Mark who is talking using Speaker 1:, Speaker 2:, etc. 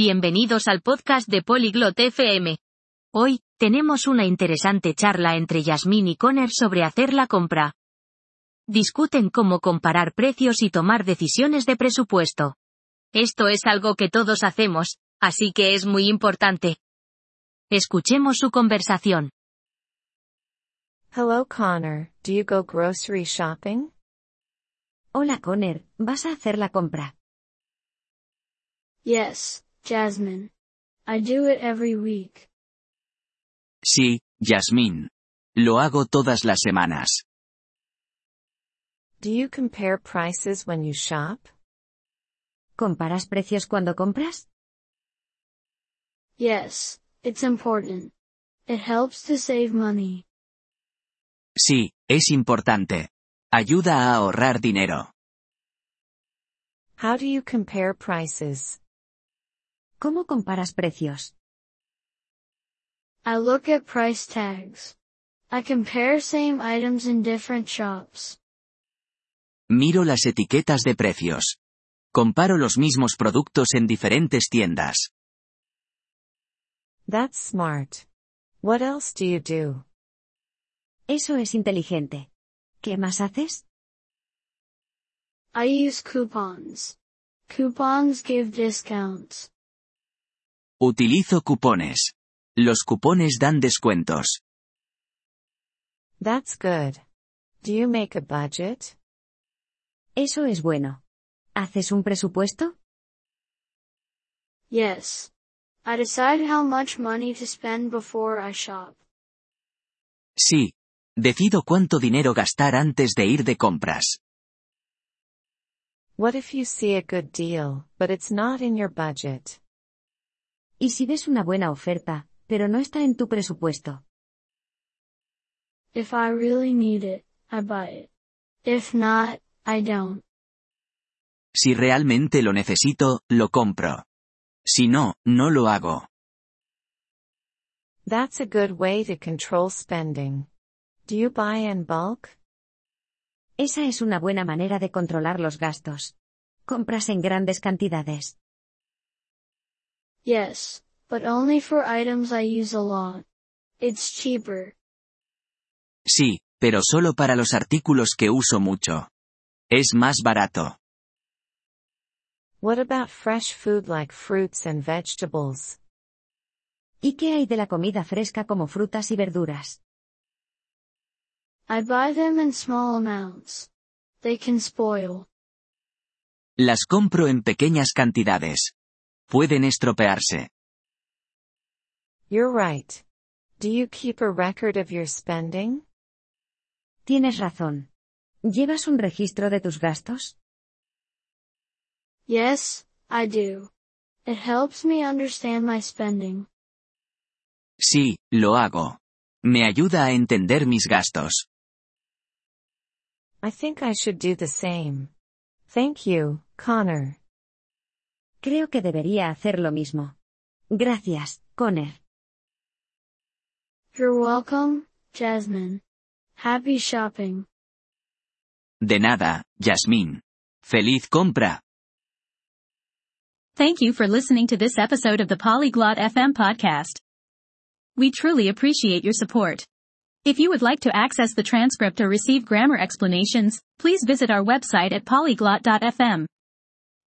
Speaker 1: Bienvenidos al podcast de Polyglot FM. Hoy, tenemos una interesante charla entre Yasmín y Connor sobre hacer la compra. Discuten cómo comparar precios y tomar decisiones de presupuesto. Esto es algo que todos hacemos, así que es muy importante. Escuchemos su conversación.
Speaker 2: Hello, Connor. Do you go grocery shopping?
Speaker 3: Hola, Connor. ¿Vas a hacer la compra?
Speaker 4: Yes, Jasmine. I do it every week.
Speaker 5: Sí, Yasmín. Lo hago todas las semanas.
Speaker 2: Do you compare prices when you shop?
Speaker 3: ¿Comparas precios cuando compras?
Speaker 4: Yes, it's important. It helps to save money.
Speaker 5: Sí, es importante. Ayuda a ahorrar dinero.
Speaker 2: How do you compare prices?
Speaker 3: ¿Cómo comparas precios?
Speaker 4: I look at price tags. I compare same items in different shops.
Speaker 5: Miro las etiquetas de precios. Comparo los mismos productos en diferentes tiendas.
Speaker 2: That's smart. What else do you do?
Speaker 3: Eso es inteligente. ¿Qué más haces?
Speaker 4: I use coupons. Coupons give discounts.
Speaker 5: Utilizo cupones. Los cupones dan descuentos.
Speaker 2: That's good. Do you make a budget?
Speaker 3: Eso es bueno. ¿Haces un presupuesto?
Speaker 4: Yes. I decide how much money to spend before I shop.
Speaker 5: Sí. Decido cuánto dinero gastar antes de ir de compras.
Speaker 2: What if you see a good deal, but it's not in your budget?
Speaker 3: ¿Y si ves una buena oferta, pero no está en tu presupuesto?
Speaker 4: If I really need it, I buy it. If not, I don't.
Speaker 5: Si realmente lo necesito, lo compro. Si no, no lo hago.
Speaker 2: That's a good way to control spending. Do you buy in bulk?
Speaker 3: Esa es una buena manera de controlar los gastos. Compras en grandes cantidades.
Speaker 4: Yes, but only for items I use a lot. It's cheaper.
Speaker 5: Sí, pero solo para los artículos que uso mucho. Es más barato.
Speaker 2: What about fresh food like fruits and vegetables?
Speaker 3: ¿Y qué hay de la comida fresca como frutas y verduras?
Speaker 4: I buy them in small amounts. They can spoil.
Speaker 5: Las compro en pequeñas cantidades. Pueden estropearse.
Speaker 2: You're right. Do you keep a record of your spending?
Speaker 3: Tienes razón. ¿Llevas un registro de tus gastos?
Speaker 4: Yes, I do. It helps me understand my spending.
Speaker 5: Sí, lo hago. Me ayuda a entender mis gastos.
Speaker 2: I think I should do the same. Thank you, Connor.
Speaker 3: Creo que debería hacer lo mismo. Gracias, Connor.
Speaker 4: You're welcome, Jasmine. Happy shopping.
Speaker 5: De nada, Yasmín. Feliz compra.
Speaker 6: Thank you for listening to this episode of the Polyglot FM podcast. We truly appreciate your support. If you would like to access the transcript or receive grammar explanations, please visit our website at polyglot.fm.